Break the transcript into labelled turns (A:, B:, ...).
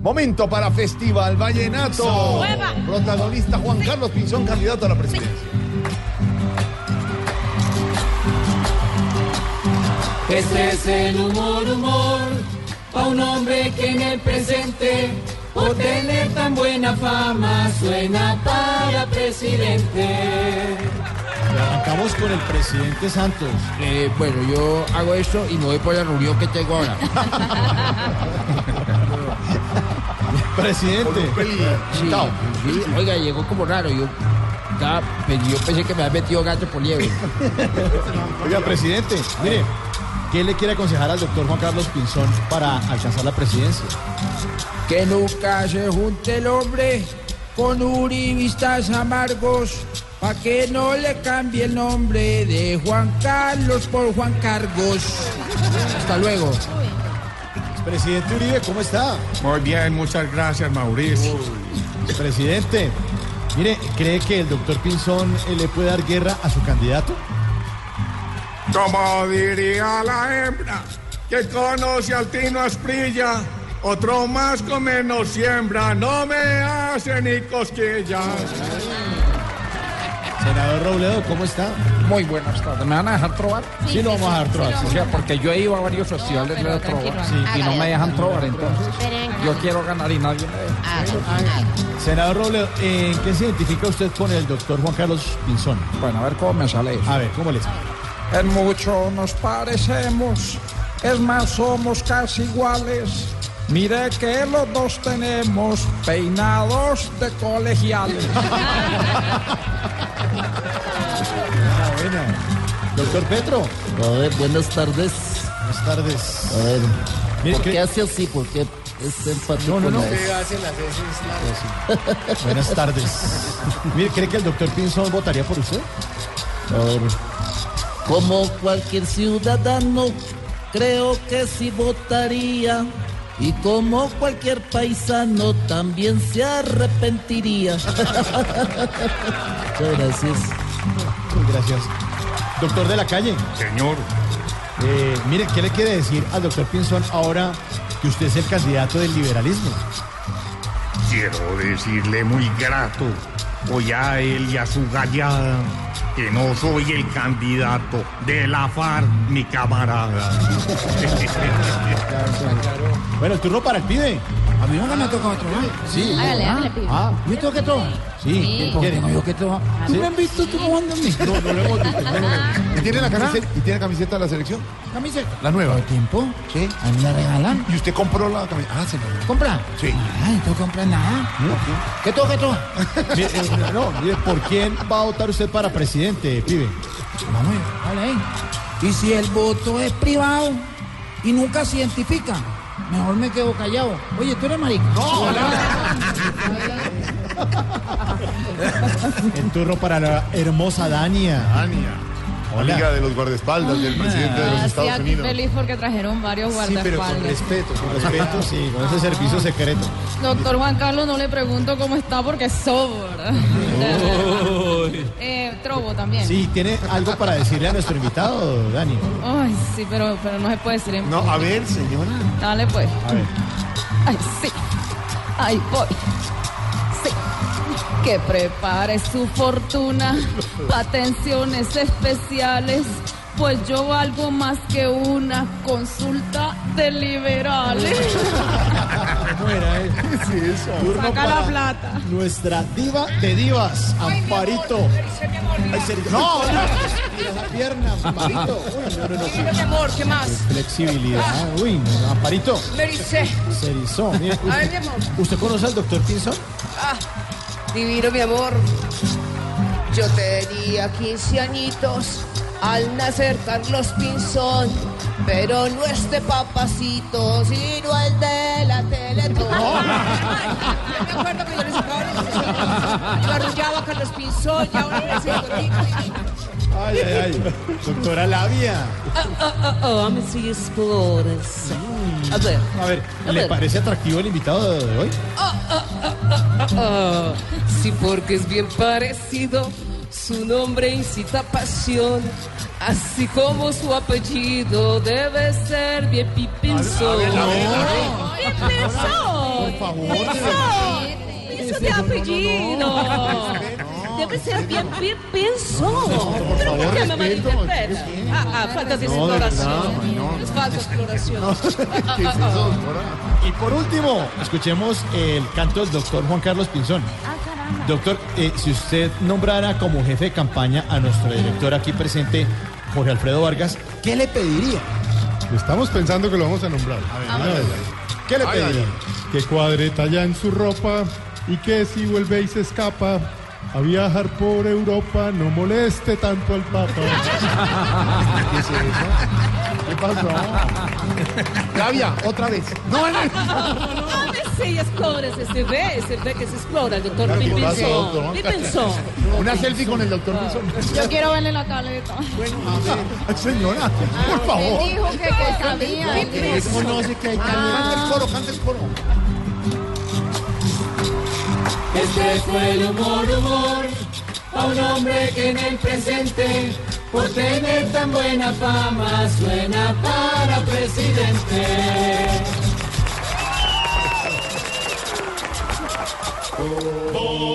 A: Momento para Festival Vallenato. Protagonista Juan Carlos Pinzón, candidato a la presidencia.
B: Este es el humor, humor, pa' un hombre que en el presente, por tener tan buena fama, suena para presidente.
C: Arrancamos con el presidente Santos.
D: Eh, bueno, yo hago esto y me voy por la reunión que tengo ahora.
C: Presidente.
D: Sí, sí, oiga, llegó como raro. Yo, estaba- yo pensé que me había metido gato por liebre.
C: Oiga, presidente, mire, ¿qué le quiere aconsejar al doctor Juan Carlos Pinzón para alcanzar la presidencia?
D: Que nunca se junte el hombre con uribistas amargos. Pa' que no le cambie el nombre de Juan Carlos por Juan Cargos. Hasta luluego.
C: Presidente Uribe, ¿cómo está?
E: Muy bien, muchas gracias, Mauricio.
C: Presidente, mire, ¿cree que el doctor Pinzón eh, le puede dar guerra a su candidato?
E: Como diría la hembra, que conoce al Tino Asprilla, otro más con menos siembra, no me hace ni cosquillas.
C: Senador Robledo, ¿cómo está?
D: Muy buenas tardes. ¿Me van a dejar trobar?
C: Sí, lo vamos a dar trobar,
D: O
C: sí.
D: sea, porque yo he ido a varios festivales
F: pero
D: de trobar
F: tranquilo,
D: y no
F: hágale.
D: me dejan trobar, entonces yo quiero ganar y nadie me deja.
C: Senador Robledo, ¿en qué se identifica usted con el doctor Juan Carlos Pinzón?
D: Bueno, a ver cómo me sale eso.
C: A ver, ¿cómo le sale?
D: En mucho nos parecemos, es más, somos casi iguales. Mire que los dos tenemos peinados de colegiales.
C: Ah, bueno. Doctor Petro,
G: A ver, buenas tardes.
C: buenas tardes.
G: A ver,
C: Mire,
G: ¿por
C: que-
G: qué hace así? ¿Por qué es enfático?
C: No, no, no.
G: en la-
C: Buenas tardes. Mire, ¿cree que el doctor Pinzón votaría por usted?
G: A ver. Como cualquier ciudadano, creo que sí votaría. Y como cualquier paisano, también se arrepentiría. Muchas gracias.
C: Gracias. Doctor de la calle,
E: Señor,
C: eh, mire, ¿qué le quiere decir al doctor Pinzón ahora que usted es el candidato del liberalismo?
E: quiero decirle muy grato, hoy a él y a su gallada, que no soy el candidato de la FARC, mi camarada.
C: Bueno, el turno para el pibe.
D: A mí no me toca otro, Sí,
F: Hágale, hágale, pibe.
D: Ah, ¿yo tengo que tomar?
C: Sí, Ah, ¿quiere?
D: yo que tomar? ¿Me han visto tomando mi
C: No, no lo hemos visto, no lo ¿Ah? hemos visto. ¿Y tiene la camiseta, y tiene camiseta de la selección?
D: camiseta?
C: La nueva.
D: tiempo? Sí. ¿A mí la regalan?
C: ¿Y usted compró la camiseta? Ah, se la
D: ¿Compra?
C: Sí.
D: Ay, ¿tú compras nada? ¿Qué toca, qué toca?
C: Mire, eh, no, mire, ¿por quién va a votar usted para presidente, pibe?
D: Vamos, vale ahí. Y si el voto es privado y nunca se identifica, mejor me quedo callado. Oye, tú eres marica. No,
C: El turno para la hermosa Dania.
H: Dania,
C: Hola.
H: amiga de los guardaespaldas del presidente de los
F: Así
H: Estados
F: Ah, aquí
H: Unidos.
F: feliz porque trajeron varios guardaespaldas.
C: respeto, con respeto, sí, con ese servicio secreto.
F: Doctor Juan Carlos, no le pregunto cómo está porque es sobo, ¿verdad? Eh, trobo también.
C: Sí, ¿tiene algo para decirle a nuestro invitado, Dani?
F: Ay, sí, pero, pero no se puede decir. en-
H: No, a ver, señora.
F: Dale, pues.
C: A ver.
F: Ay, sí. Ay, voy. Sí. Que prepare su fortuna pa' atenciones especiales. Pues yo valgo más que una consulta de liberales.
C: ¿Cómo era, eh? Turno
F: Saca la
C: para
F: plata.
C: Nuestra diva de divas, Amparito. Ay, Sergio. No, no. Mira esa pierna, Amparito. Uy, no, no, no, sí.
B: Mi amor, ¿qué más?
C: Flexibilidad. Uy, no, Amparito.
B: Me ericé.
C: Se erizó. Mire,
B: Ay, mi
C: usted,
B: amor.
C: ¿Usted conoce al doctor Pinzón?
B: Divino, mi amor. Yo tenía 15 añitos al nacer Carlos Pinzón, pero no este papacito, sino el de la Teletón.
I: soy, ahora necesito
C: Ay, ay, ay. Doctora Labia.
I: Oh, mis esporas. A ver.
C: A ver,
I: A
C: ¿le
I: ver.
C: parece atractivo el invitado de hoy?
I: Oh, oh, oh, oh, oh, oh. Sí, porque es bien parecido. Su nombre incita pasión, así como su apellido debe ser bien pipinzón.
C: a ver, a ver, a
I: ¡Pipinzón!
C: Por favor,
I: ¡Pipinzón! ¡Eso de apellido! Debe ser bien pipinzón. Pero ¿por qué me malinterpreta? Ah, ah, falta de
C: No, de
I: exploración.
C: verdad, no,
I: Es falta de exploración. Ah,
C: ¿Qué
I: ah,
C: es
I: ah.
C: eso, doctora? Y por último, escuchemos el canto del doctor Juan Carlos Pinzón. Doctor, eh, si usted nombrara como jefe de campaña a nuestro director aquí presente, Jorge Alfredo Vargas, ¿qué le pediría?
H: Estamos pensando que lo vamos a nombrar.
C: A ver, ¿Qué le
H: Ay, ay,
C: pediría?
H: ay. Que cuadre talla en su ropa y que si vuelve y se escapa a viajar por Europa no moleste tanto al Papa.
C: ¿Qué es eso? ¿Qué pasó? Gavia, otra vez. No, no,
I: Sí, explora, se, se ve, se ve que se explora el doctor
C: Claro, ¿qué pasó,
I: Pipinzón.
C: doctor?
I: Pipinzón.
C: Una selfie con el doctor
H: Ah.
C: Pinzón.
F: Yo quiero verle la tableta.
C: Ay, Señora, por favor.
J: Él dijo que, que sabía. él dijo-
C: Él conoce que hay
J: Ah.
C: Canta el coro, canta el coro.
B: Este fue el humor, humor, a un hombre que en el presente, por tener tan buena fama, suena para presidente.
K: Por